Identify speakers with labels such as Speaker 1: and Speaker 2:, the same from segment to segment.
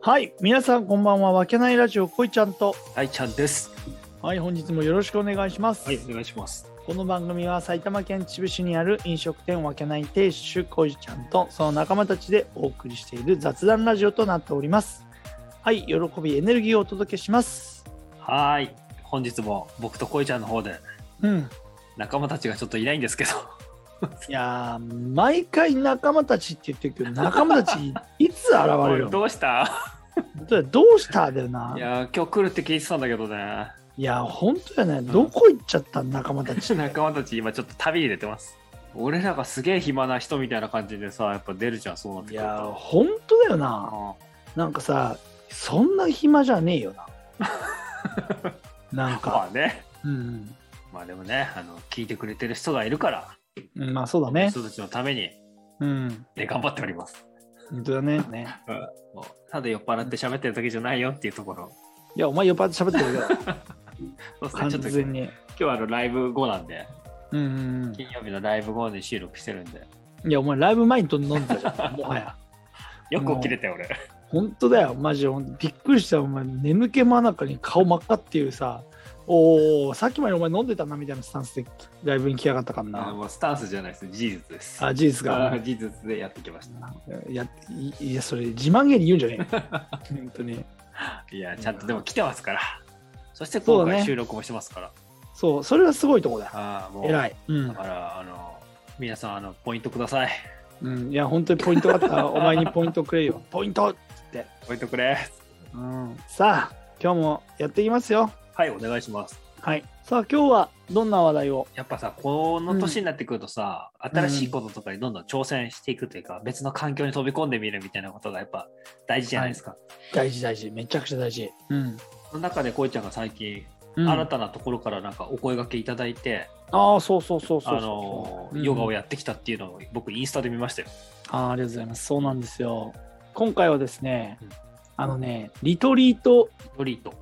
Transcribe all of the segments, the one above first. Speaker 1: はい皆さんこんばんはわけないラジオこいちゃんと
Speaker 2: はい、ちゃんです。
Speaker 1: はい本日もよろしくお願いします、
Speaker 2: はい、お願いします。
Speaker 1: この番組は埼玉県秩父市にある飲食店わけない亭主こいちゃんとその仲間たちでお送りしている雑談ラジオとなっておりますはい喜びエネルギーをお届けします
Speaker 2: はーい、本日も僕とこいちゃんの方で
Speaker 1: うん
Speaker 2: 仲間たちがちょっといないんですけど、
Speaker 1: いやー毎回仲間たちって言ってるけど仲間たちいつ現れる
Speaker 2: どうした？
Speaker 1: のどうしただよない
Speaker 2: やー、今日来るって聞いてたんだけどね。
Speaker 1: いや本当やねどこ行っちゃったん仲間たち
Speaker 2: 仲間たち今ちょっと旅に出てます。俺らがすげえ暇な人みたいな感じでさ、やっぱ出るじゃん、そうなって
Speaker 1: い
Speaker 2: くると。
Speaker 1: や本当だよな
Speaker 2: あ
Speaker 1: なんかさそんな暇じゃねえよ ななん
Speaker 2: ーま
Speaker 1: か、
Speaker 2: あね、
Speaker 1: うん、
Speaker 2: まあでもね、あの聞いてくれてる人がいるから、
Speaker 1: うんまあそうだね
Speaker 2: 人たちのために、
Speaker 1: うん
Speaker 2: ね、頑張っております。
Speaker 1: 本当だねね
Speaker 2: もうただ酔っ払って喋ってるだけじゃないよっていうところ。
Speaker 1: いやお前酔っ払って喋ってるけど
Speaker 2: そうです
Speaker 1: 完
Speaker 2: ね、ちょっと今
Speaker 1: 全に
Speaker 2: 日はあのライブ後なんで。
Speaker 1: うんうん
Speaker 2: 金曜日のライブ後に収録してるんで、
Speaker 1: うんいやお前ライブ前に飲んでたじゃんもは や
Speaker 2: よく起きれたよ、俺。
Speaker 1: 本当だよマジでほんびっくりしたよお前眠気真中に顔真っ赤っていうさおーさっきまでお前飲んでたなみたいなスタンスでライブに来やがったから
Speaker 2: あ
Speaker 1: な
Speaker 2: もうスタンスじゃないです、事実です。
Speaker 1: あ事実が
Speaker 2: あ事実でやってきました。
Speaker 1: いやいいやそれ自慢げに言うんじゃねえ よ本当に
Speaker 2: いや、ちゃんとでも来てますから。そして
Speaker 1: そう
Speaker 2: 今
Speaker 1: だね
Speaker 2: 回収録もしてますから。
Speaker 1: そうそれがすごいとこだよ
Speaker 2: あもう
Speaker 1: 偉い、うん
Speaker 2: だから、あの、皆さん、あの、ポイントください。
Speaker 1: うん、いや本当にポイントがあった らお前にポイントくれよポイント、
Speaker 2: ポイントくれ。
Speaker 1: うん、さあ今日もやっていきますよ
Speaker 2: はい、お願いします。
Speaker 1: はいさあ今日はどんな話題を
Speaker 2: やっぱさ、この年になってくるとさ、新しいこととかにどんどん挑戦していくというか、別の環境に飛び込んでみるみたいなことがやっぱ大事じゃないですか。
Speaker 1: 大事大事めちゃくちゃ大事うん、
Speaker 2: その中で、こいちゃんが最近、
Speaker 1: うん、
Speaker 2: 新たなところからなんかお声掛けいただいて、
Speaker 1: ああそうそうそうそうそう
Speaker 2: あの
Speaker 1: うん
Speaker 2: ヨガをやってきたっていうのを僕インスタで見ましたよ。
Speaker 1: あーありがとうございますそうなんですよ今回はですね、
Speaker 2: うん
Speaker 1: あのねリトリート
Speaker 2: トリート。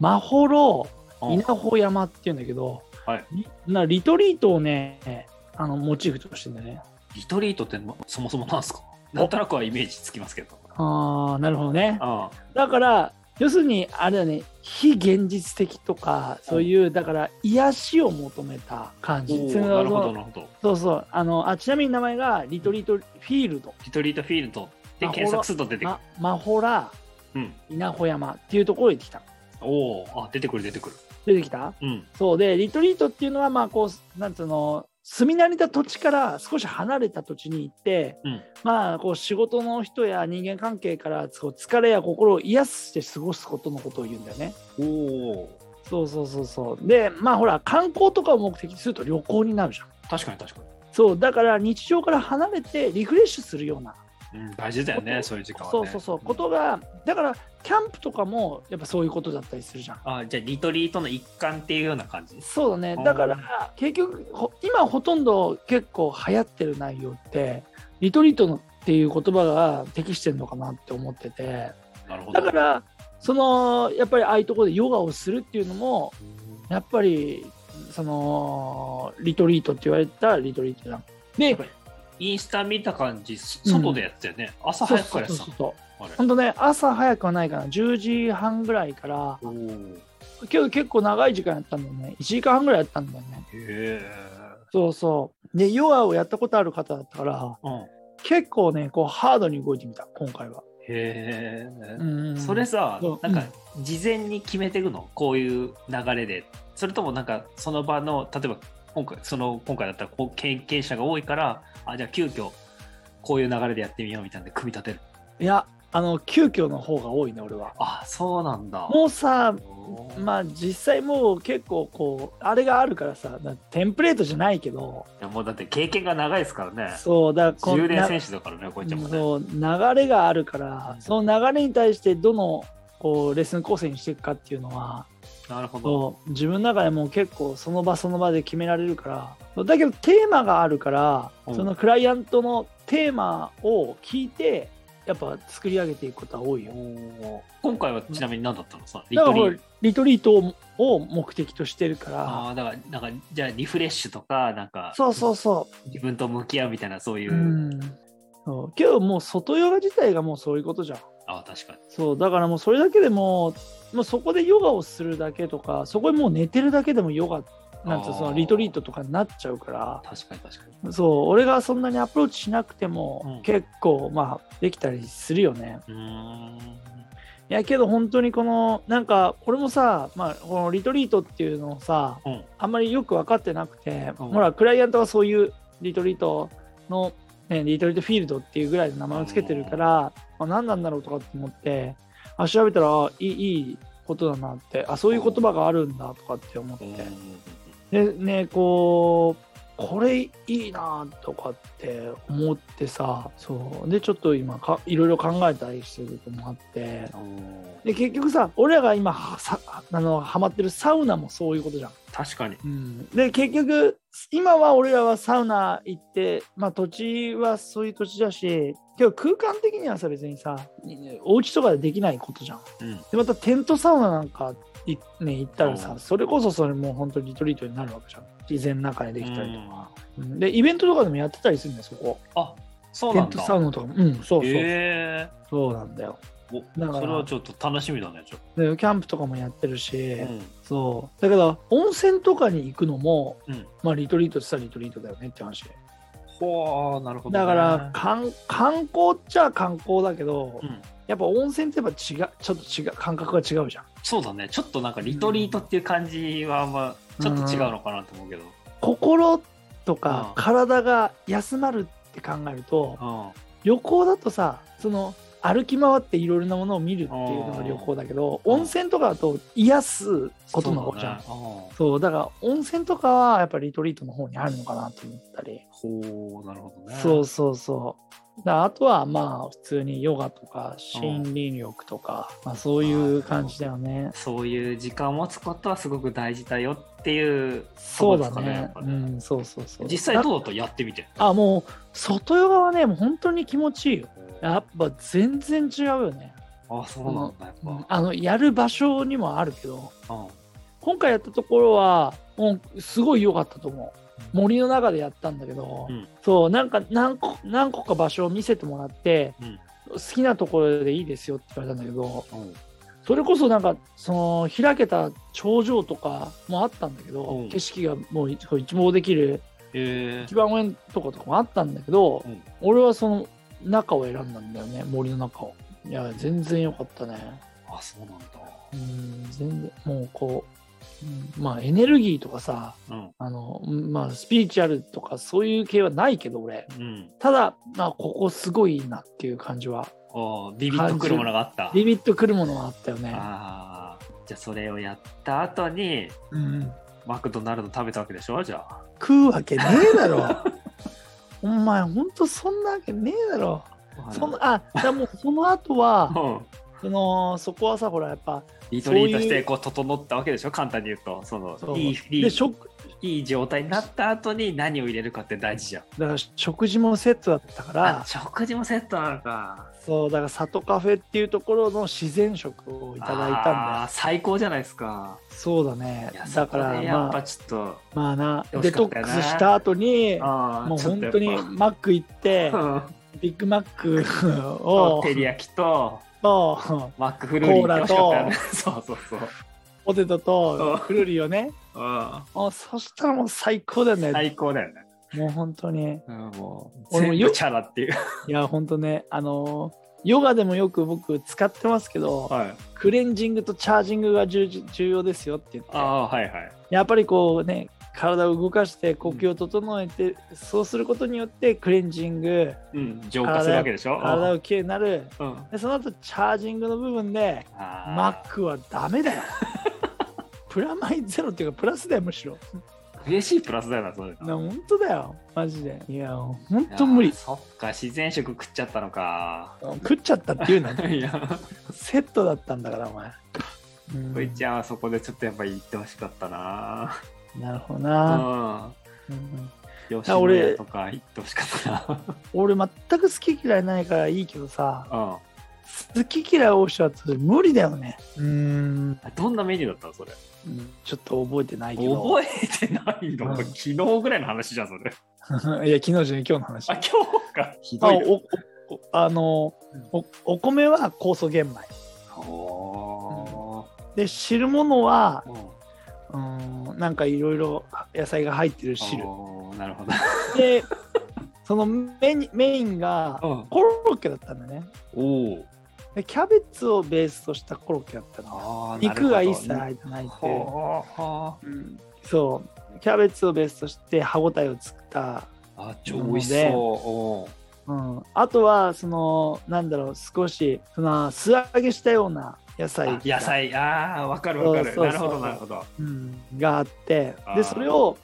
Speaker 1: まほろ
Speaker 2: うん
Speaker 1: 稲穂山っていうんだけど、
Speaker 2: はい
Speaker 1: リなリトリートをねあのモチーフとしてんだよね
Speaker 2: リトリートってそもそもなんですかなんとなくはイメージつきますけど。
Speaker 1: ああなるほどね
Speaker 2: あ
Speaker 1: だから要するにあれだね非現実的とかそういうだから癒しを求めた感じそれは
Speaker 2: なるほどなるほど。
Speaker 1: そうそうあのあちなみに名前がリトリートフィールド
Speaker 2: リトリートフィールドで検索すると出てくる
Speaker 1: ま。マホラ
Speaker 2: うん。
Speaker 1: 稲穂山っていうところに来た
Speaker 2: おお、あ出てくる出てくる。
Speaker 1: 出てきた
Speaker 2: うん。
Speaker 1: そうでリトリートっていうのはまあこうなんつうの住み慣れた土地から少し離れた土地に行って、
Speaker 2: うん
Speaker 1: まあこう仕事の人や人間関係からこう疲れや心を癒して過ごすことのことを言うんだよね。
Speaker 2: おお。
Speaker 1: そうそうそうそう。で、まあほら、観光とかを目的にすると旅行になるじゃん。
Speaker 2: 確かに確か
Speaker 1: そう、だから日常から離れてリフレッシュするような、
Speaker 2: に。うん、大事だよ
Speaker 1: こ
Speaker 2: ね、
Speaker 1: と
Speaker 2: そういう時間は、ね。
Speaker 1: そうそうそう、ことが、だからキャンプとかもやっぱそういうことだったりするじゃん。
Speaker 2: あじゃあリトリートの一環っていうような感じです。
Speaker 1: そうだね
Speaker 2: あ、ー
Speaker 1: だから結局、ほ今ほとんど結構流行ってる内容って、リトリートのっていう言葉が適してるのかなって思ってて、
Speaker 2: なるほど。
Speaker 1: だから、そのやっぱりああいうところでヨガをするっていうのも、
Speaker 2: うん
Speaker 1: やっぱりそのリトリートって言われたらリトリートじゃん。で、
Speaker 2: インスタ見た感じ、そ外でやってたよね。朝早くからやってた
Speaker 1: そう
Speaker 2: の。
Speaker 1: そう
Speaker 2: あれ
Speaker 1: 本当ね、朝早くはないかな、10時半ぐらいから、
Speaker 2: おお。
Speaker 1: 今日結構長い時間やったんだよね、1時間半ぐらいやったんだよね。
Speaker 2: へえ。
Speaker 1: そうそう。で、ヨガをやったことある方だったから、
Speaker 2: うん。
Speaker 1: 結構ね、こうハードに動いてみた、今回は。う
Speaker 2: へえ。
Speaker 1: んうん
Speaker 2: それさ
Speaker 1: そう、
Speaker 2: なんか
Speaker 1: うん
Speaker 2: 事前に決めていくのこういう流れで。それともなんかその場の、例えば今回、その今回だったらこう経験者が多いから、あ、じゃあ急遽こういう流れでやってみようみたいなんで組み立てる。
Speaker 1: いや、あの、急遽の方が多いね、俺は。
Speaker 2: あ、そうなんだ。
Speaker 1: もうさ、
Speaker 2: おー
Speaker 1: まあ実際もう結構こう、あれがあるからさ、だテンプレートじゃないけど、
Speaker 2: いやもうだって経験が長いですからね。
Speaker 1: そう、だからこう
Speaker 2: 10年
Speaker 1: な
Speaker 2: 選手だからね、こういっちゃんもね。
Speaker 1: そう流れがあるからその流れに対してどのこうレッスン構成にしていくかっていうのは
Speaker 2: なるほど。
Speaker 1: そう自分の中でもう結構その場その場で決められるからだけどテーマがあるから
Speaker 2: うん
Speaker 1: そのクライアントのテーマを聞いてやっぱ作り上げていくことは多いよ。
Speaker 2: おー今回はちなみに何だったのさ、リ
Speaker 1: だか
Speaker 2: ト
Speaker 1: らほ
Speaker 2: リー
Speaker 1: らリトリートをを目的としてるから
Speaker 2: ああ、だから、なんか、じゃあリフレッシュとか、なんか、
Speaker 1: そうそうそ。
Speaker 2: 自分と向き合うみたいな、そういうう。
Speaker 1: うんそうけどもう外ヨガ自体がもうそういうことじゃん。
Speaker 2: ああ、確かに。
Speaker 1: そうだからもうそれだけでももうそこでヨガをするだけとかそこでもう寝てるだけでもヨガなんていうの
Speaker 2: あー
Speaker 1: そのリトリートとかになっちゃうから
Speaker 2: 確かに確かに。
Speaker 1: そう俺がそんなにアプローチしなくても
Speaker 2: うん
Speaker 1: 結構、まあできたりするよね
Speaker 2: うーん。
Speaker 1: いやけど本当にこのなんかこれもさ、まあ、このリトリートっていうのをさ
Speaker 2: うん。
Speaker 1: あんまりよく分かってなくて、
Speaker 2: うん
Speaker 1: ほらクライアントがそういうリトリートの、ね、リトリートフィールドっていうぐらいの名前をつけてるから、まあ、何なんだろうとかって思ってあ調べたらあいいいいことだなってあそういう言葉があるんだとかって思って、でねこうこれいいなとかって思ってさそうでちょっと今かいろいろ考えたりしてることもあって
Speaker 2: うん
Speaker 1: で結局さ俺らが今はさあのハマってるサウナもそういうことじゃん。
Speaker 2: 確かに。
Speaker 1: で結局今は俺らはサウナ行って、まあ、土地はそういう土地だしけど空間的にはさ別にさお家とかでできないことじゃん。
Speaker 2: うん。
Speaker 1: でまたテントサウナなんかい、ね、行ったら
Speaker 2: う
Speaker 1: さ
Speaker 2: ん
Speaker 1: それこそそれもう本当にリトリートになるわけじゃん自然の中でできたりとか、
Speaker 2: か。
Speaker 1: うんでイベントとかでもやってたりするんだよそこ
Speaker 2: あ、そう
Speaker 1: テ
Speaker 2: な
Speaker 1: ン
Speaker 2: ん
Speaker 1: ト
Speaker 2: だ。
Speaker 1: サウナとかもうんそうそう、
Speaker 2: へえ
Speaker 1: そうなんだよ
Speaker 2: お
Speaker 1: だから
Speaker 2: それはちょっと楽しみだね、ちょっ
Speaker 1: でキャンプとかもやってるし、
Speaker 2: と。うん。
Speaker 1: そうだけど温泉とかに行くのも、
Speaker 2: うん
Speaker 1: まあ、リトリートしたらリトリートだよねって話
Speaker 2: ほう、なるほど、
Speaker 1: だ
Speaker 2: ね。
Speaker 1: から、観観光っちゃ観光だけど、
Speaker 2: うん。
Speaker 1: やっぱ温泉ってやっぱ違うちょっと違う感覚が違うじゃん
Speaker 2: そうだね。ちょっとなんかリトリートっていう感じは、まあ、ちょっと違うのかなと思うけど。
Speaker 1: 心とか
Speaker 2: うん
Speaker 1: 体が休まるって考えると、
Speaker 2: うん。
Speaker 1: 旅行だとさその歩き回っていろいろなものを見るっていうのが旅行だけど、
Speaker 2: うん
Speaker 1: 温泉とかだと癒すことの方じゃんそう,、
Speaker 2: そうだね
Speaker 1: だから温泉とかはやっぱリトリートの方にあるのかなと思ったり、
Speaker 2: うんほう、なるほどね。
Speaker 1: そうそうそう。だからあとはまあ普通にヨガとか森林浴とか、まあ、そういう感じだよね。
Speaker 2: そういう時間を持つことはすごく大事だよっていう
Speaker 1: そうだ
Speaker 2: とこですかや
Speaker 1: ね
Speaker 2: っ。ぱ
Speaker 1: う
Speaker 2: ね
Speaker 1: ん、そうそうそう。
Speaker 2: 実際どう
Speaker 1: う
Speaker 2: だったやってみて
Speaker 1: あ、もう外ヨガはね、もう本当に気持ちいいよ。やっぱ全然違うよね。
Speaker 2: あそうなんだやっ
Speaker 1: うんあの、やる場所にもあるけど、
Speaker 2: ぱ、うん
Speaker 1: 今回やったところは、もうすごい良かったと思う。森の中でやったんだけど、
Speaker 2: うん
Speaker 1: そう、なんか何個何個か場所を見せてもらって、
Speaker 2: うん
Speaker 1: 好きなところでいいですよって言われたんだけど、
Speaker 2: うん
Speaker 1: それこそなんかその開けた頂上とかもあったんだけど、
Speaker 2: うん
Speaker 1: 景色がもう一一望できる
Speaker 2: え
Speaker 1: 一番上のとことかもあったんだけど、
Speaker 2: うん
Speaker 1: 俺はその中を選んだんだよね森の中をいや全然良かったね
Speaker 2: あそうなんだ
Speaker 1: うん全然もうこう、うんまあエネルギーとかさ
Speaker 2: うん
Speaker 1: あの、うんまあ、スピリチュアルとかそういう系はないけど俺
Speaker 2: うん
Speaker 1: ただ、まあ、ここすごいいいなっていう感じは
Speaker 2: あービビッとくるものがあった
Speaker 1: ビビッとくるものはあったよね
Speaker 2: あーじゃあそれをやった後に
Speaker 1: うん
Speaker 2: マクドナルド食べたわけでしょじゃあ
Speaker 1: 食うわけねえだろお前ほんとそんなわけねえだろそのあじゃあもうその後 は
Speaker 2: うん
Speaker 1: そのそこはさほらやっぱ
Speaker 2: リトリートし
Speaker 1: そうい
Speaker 2: て
Speaker 1: う
Speaker 2: こう整ったわけでしょ簡単に言うとその
Speaker 1: そう
Speaker 2: いいい
Speaker 1: で
Speaker 2: い
Speaker 1: 食
Speaker 2: いい状態になった後に何を入れるかって大事じゃん
Speaker 1: だから食事もセットだったか
Speaker 2: あ
Speaker 1: ら
Speaker 2: 食事もセットなのか
Speaker 1: そうだから里カフェっていうところの自然食をいただいたんだ
Speaker 2: あ
Speaker 1: よ
Speaker 2: ー最高じゃないですか
Speaker 1: そうだね
Speaker 2: いや
Speaker 1: だから
Speaker 2: そこでやっ
Speaker 1: ま
Speaker 2: ぱ
Speaker 1: あ
Speaker 2: ちょっと、
Speaker 1: まあな
Speaker 2: 美味
Speaker 1: デ
Speaker 2: しか
Speaker 1: ト
Speaker 2: ったよな
Speaker 1: ックスした後に
Speaker 2: あー
Speaker 1: もう
Speaker 2: ちょっ
Speaker 1: 本
Speaker 2: とやっ
Speaker 1: 当
Speaker 2: ぱ
Speaker 1: にマック行ってビッグマック
Speaker 2: うん
Speaker 1: を
Speaker 2: 照り焼きと
Speaker 1: と
Speaker 2: マックフルーリーって欲しかったよね
Speaker 1: コ
Speaker 2: そうそうそう、
Speaker 1: ポテト
Speaker 2: う
Speaker 1: と
Speaker 2: ん
Speaker 1: くるりをね
Speaker 2: う
Speaker 1: あそしたらもう最高だよ
Speaker 2: ん、
Speaker 1: ね。
Speaker 2: 最高だよね、
Speaker 1: もう本当に。
Speaker 2: うん、もう
Speaker 1: 俺も
Speaker 2: 全
Speaker 1: よ
Speaker 2: 部チャラっていう
Speaker 1: いや、本当ね。あのー、ヨガでもよく僕使ってますけど、
Speaker 2: はい
Speaker 1: クレンジングとチャージングが重重要ですよって言って
Speaker 2: あ、あはいはい
Speaker 1: やっぱりこうね、体を動かして呼吸を整えて、そうすることによってクレンジング、
Speaker 2: うん浄化するわけでしょ
Speaker 1: 体をきれいになる。
Speaker 2: うんうん
Speaker 1: でその後、チャージングの部分で、マ
Speaker 2: あ
Speaker 1: ックはダメ だよ。プラマイゼロっていうか、プラスだよ、むしろ。
Speaker 2: ー嬉しいプラスだよなそういうの
Speaker 1: な本当だよ、マジで。いや、本当無
Speaker 2: い
Speaker 1: 理
Speaker 2: やー。そっか自然食食っちゃったのか
Speaker 1: 食っちゃったっていうな。
Speaker 2: いや
Speaker 1: セットだったんだから、お前。
Speaker 2: ふいちゃんはそこでちょっとやっぱり言ってほしかったな
Speaker 1: なるほどな。
Speaker 2: う
Speaker 1: う
Speaker 2: ん
Speaker 1: ん
Speaker 2: 吉野家とか行ってほしか っ
Speaker 1: 俺、全く好き嫌いないからいいけどさ
Speaker 2: た、な。
Speaker 1: 好き嫌い多い人は無理だよね。うん。
Speaker 2: うん。どんなメニューだったのそれ。
Speaker 1: ちょっと覚えてないけど。
Speaker 2: 覚えてないの、
Speaker 1: うん
Speaker 2: 昨日ぐらいの話 じゃん、それ。あ、
Speaker 1: いや、昨日じゃない、今日の話。
Speaker 2: 今
Speaker 1: あ
Speaker 2: 日か。ひどいな。
Speaker 1: おおあの、おお米は酵素玄米
Speaker 2: お
Speaker 1: で汁物は
Speaker 2: ーうん
Speaker 1: うーんなんかいろいろ野菜が入ってる汁
Speaker 2: おーなるほ
Speaker 1: でそのメニメインが
Speaker 2: ど。うん
Speaker 1: コロッケだったんだね
Speaker 2: おー
Speaker 1: でキャベツをベースとしたコロッケだったの
Speaker 2: あーなる
Speaker 1: 肉
Speaker 2: ほど
Speaker 1: が一切入ってないっていう、
Speaker 2: はあは
Speaker 1: うんそうキャベツをベースとして歯ごたえを作った、
Speaker 2: ああ、超美味しそうおー。
Speaker 1: うん、あとはそのなんだろう少しその素揚げしたような野菜
Speaker 2: あ野菜、ああ、わかるわかる。
Speaker 1: そう
Speaker 2: な
Speaker 1: そ
Speaker 2: る
Speaker 1: うそ
Speaker 2: ほ
Speaker 1: う
Speaker 2: ど、なるほど。
Speaker 1: うんがあって
Speaker 2: あ
Speaker 1: で
Speaker 2: ー
Speaker 1: それを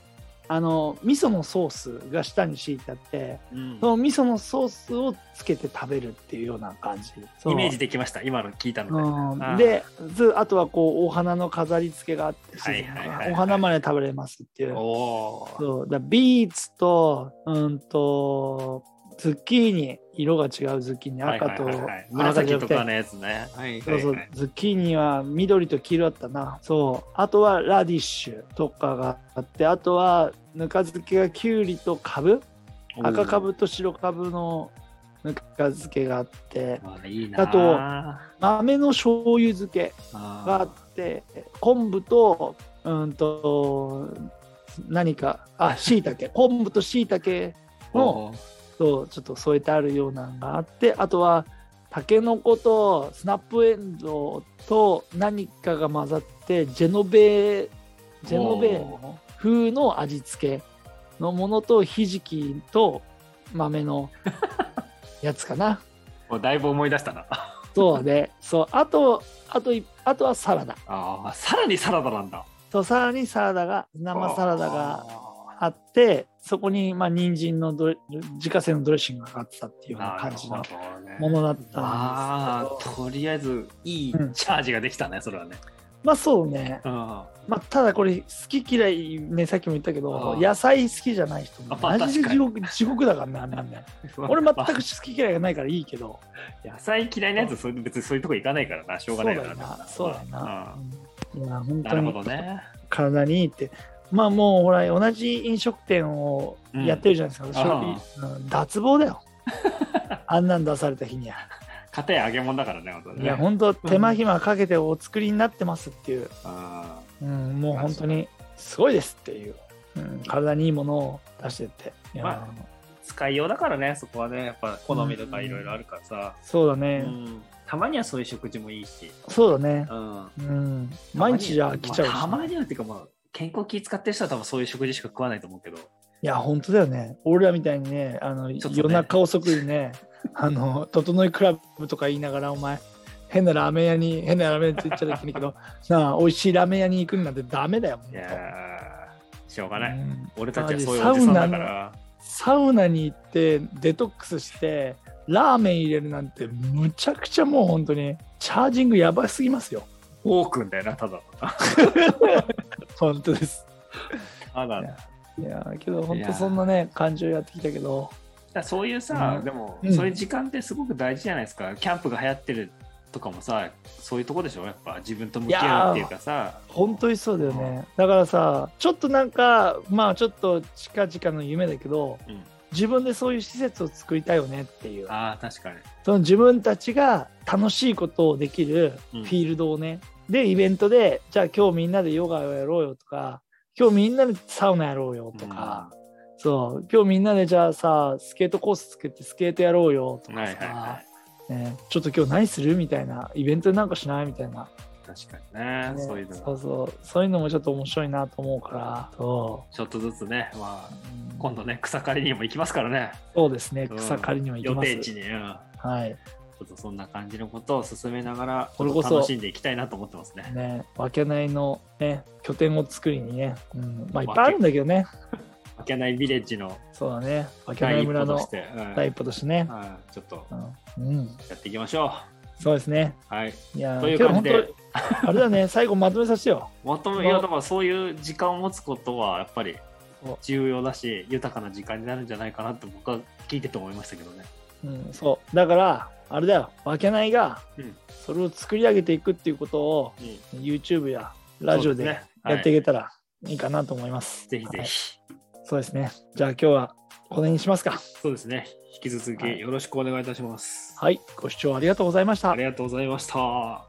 Speaker 1: あの味噌のソースが下に敷いてあって
Speaker 2: うん
Speaker 1: その味噌のソースをつけて食べるっていうような感じそう
Speaker 2: イメージできました、今の聞いたので。
Speaker 1: うん
Speaker 2: あー
Speaker 1: でずあとはこうお花の飾り付けがあって、
Speaker 2: はいはいはいはい
Speaker 1: お花まで食べれますっていう
Speaker 2: おー
Speaker 1: そうだビーツとうんとズッキーニ色が違うズッキーニ赤と
Speaker 2: はいはいはいはい
Speaker 1: 赤じゃ
Speaker 2: 紫
Speaker 1: なく
Speaker 2: と
Speaker 1: て
Speaker 2: かのやつね。はい
Speaker 1: そうそうズッキーニは緑と黄色だったなそうあとはラディッシュとかがあってあとはぬか漬けがきゅうりとかぶ赤か。ぶと白かぶのぬか漬けがあって
Speaker 2: おーまあいいなー。
Speaker 1: あと豆の醤油漬けがあ
Speaker 2: あ
Speaker 1: って昆布とうんと何かあ椎茸昆布と椎茸
Speaker 2: ー
Speaker 1: の
Speaker 2: おー
Speaker 1: とちょっと添えてあるようなのがあってあとはタケノコとスナップエンドウと何かが混ざってジェノベージェノベーの風の味付けのものとひじきと豆のやつかな
Speaker 2: もうだいぶ思い出したな。
Speaker 1: そうでそうあとあといあとはサラダ
Speaker 2: ああ、さらにサラダなんだ。
Speaker 1: そうさらにサラダが生サラダが
Speaker 2: あ
Speaker 1: あってそこにまあ人参のドレ自家製のドレッシングがかかってたっていうような
Speaker 2: ー。
Speaker 1: 感じの
Speaker 2: なるほどね
Speaker 1: ものだったんですけど
Speaker 2: ああ、とりあえずいい
Speaker 1: うん
Speaker 2: チャージができたね、それはね。
Speaker 1: まあそうね、
Speaker 2: うん。あ
Speaker 1: まあ、ただこれ好き嫌いねさっきも言ったけど
Speaker 2: あー
Speaker 1: 野菜好きじゃない人も
Speaker 2: あまあ
Speaker 1: マジで地
Speaker 2: 確
Speaker 1: 獄地獄だからねあん なんね俺全く好き嫌いがないからいいけど
Speaker 2: 野菜嫌いなやつ、それ別にそういうとこ行かないからな、しょ
Speaker 1: そうう
Speaker 2: が
Speaker 1: だ
Speaker 2: ない
Speaker 1: よ
Speaker 2: から
Speaker 1: なそうだよな
Speaker 2: うん、
Speaker 1: うんいや本
Speaker 2: な
Speaker 1: 当
Speaker 2: るほど
Speaker 1: に
Speaker 2: ね。
Speaker 1: 体にいいってまあもうほら同じ飲食店をやってるじゃないですか、
Speaker 2: うん
Speaker 1: それうん脱帽だ よあんなん出された日には
Speaker 2: 家庭揚げ物だからね、本当にね。
Speaker 1: いや本当手間暇かけてお作りになってますっていう、
Speaker 2: あ
Speaker 1: うん、もう本当にすごいですっていう、うん、体にいいものを出してって、いや
Speaker 2: まー使いようだからね、そこはね、やっぱ好みとかいろいろあるからさ、
Speaker 1: そうだ
Speaker 2: う
Speaker 1: ね、
Speaker 2: ん、たまにはそういう食事もいいし、
Speaker 1: そうだね、
Speaker 2: うん、
Speaker 1: うん、毎日じゃ飽きちゃうし、
Speaker 2: まあたまにはっていうか、まあ、健康気使ってる人は多分そういう食事しか食わないと思うけど、
Speaker 1: いや本当だよね俺らみたいにねあの
Speaker 2: ちょっとね
Speaker 1: 夜中遅くに ね「あの整いクラブ」とか言いながらお前変なラーメン屋に変なラーメン屋って言っちゃいけないけど なあ美味しいラーメン屋に行くなんてダメだよも
Speaker 2: いやー、しょうがない。
Speaker 1: うん
Speaker 2: 俺たちはそういうおじさんだから、
Speaker 1: サウナに行ってデトックスしてラーメン入れるなんてむちゃくちゃもう本当にチャージングやばすぎますよ
Speaker 2: 多くんだよな、ただのな。
Speaker 1: 本当です
Speaker 2: ただの
Speaker 1: いやーけど本当そんなね感情やってきたけど
Speaker 2: だからそういうさ、
Speaker 1: うん
Speaker 2: でも、
Speaker 1: うん
Speaker 2: そういう時間ってすごく大事じゃないですかキャンプが流行ってるとかもさそういうとこでしょやっぱ自分と向き合うっていうかさ
Speaker 1: 本当にそうだよねだからさちょっとなんかまあちょっと近々の夢だけど
Speaker 2: うん
Speaker 1: 自分でそういう施設を作りたいよねっていう
Speaker 2: あー確かに
Speaker 1: その自分たちが楽しいことをできるフ
Speaker 2: うん
Speaker 1: ィールドをね、でイベントでじゃあ今日みんなでヨガをやろうよとか今日みんなでサウナやろうよとか、そう今日みんなでじゃあさスケートコース作ってスケートやろうよと
Speaker 2: うんは
Speaker 1: か
Speaker 2: い
Speaker 1: さ、
Speaker 2: はいはい
Speaker 1: ね、ちょっと今日何するみたいなイベントなんかしないみたいな、
Speaker 2: 確かにね
Speaker 1: ね
Speaker 2: そういうの
Speaker 1: そうそうそういうのもちょっと面白いなと思うからそ
Speaker 2: ちょっとずつねまあ
Speaker 1: う
Speaker 2: 今度ね草刈りにも行きますからね
Speaker 1: そうですね
Speaker 2: うん
Speaker 1: 草刈りにも行き
Speaker 2: 予
Speaker 1: ます、
Speaker 2: 定地に、うん
Speaker 1: はい
Speaker 2: ちょっとそんな感じのことを進めながら
Speaker 1: これこそ
Speaker 2: 楽しんでいきたいなと思ってますね
Speaker 1: ね、わけないの、ね、拠点を作りにね、うん、まあいっぱいあるんだけどね、
Speaker 2: わけないビレッジの
Speaker 1: そうだね、わけな
Speaker 2: 第
Speaker 1: い
Speaker 2: 一歩
Speaker 1: 村
Speaker 2: とし
Speaker 1: の
Speaker 2: て、うん
Speaker 1: 第一歩としてね、
Speaker 2: はいちょっと
Speaker 1: うん、うん
Speaker 2: やっていきましょ
Speaker 1: そうですね。
Speaker 2: うはい
Speaker 1: いやー、
Speaker 2: という
Speaker 1: けど
Speaker 2: 感じで
Speaker 1: 本当あれだね、 最後まとめさせてよ。
Speaker 2: まとめいやだからそういう時間を持つことはやっぱり
Speaker 1: そう
Speaker 2: 重要だし豊かな時間になるんじゃないかなって僕は聞いてて思いましたけどね
Speaker 1: うん、そう、だから、あれだよ、わけないが、
Speaker 2: うん
Speaker 1: それを作り上げていくっていうことを、YouTube やラジオで
Speaker 2: そう
Speaker 1: や
Speaker 2: すね
Speaker 1: ってい
Speaker 2: は
Speaker 1: けたらいいかなと思います。
Speaker 2: いぜひぜ
Speaker 1: はい
Speaker 2: ひ
Speaker 1: そうですね。じゃあ今日はこれにしますか。
Speaker 2: そうですね。引き続
Speaker 1: はい
Speaker 2: きよろしくお願いいたします。
Speaker 1: はい、ご視聴ありがとうございました
Speaker 2: あ。りがとうございました。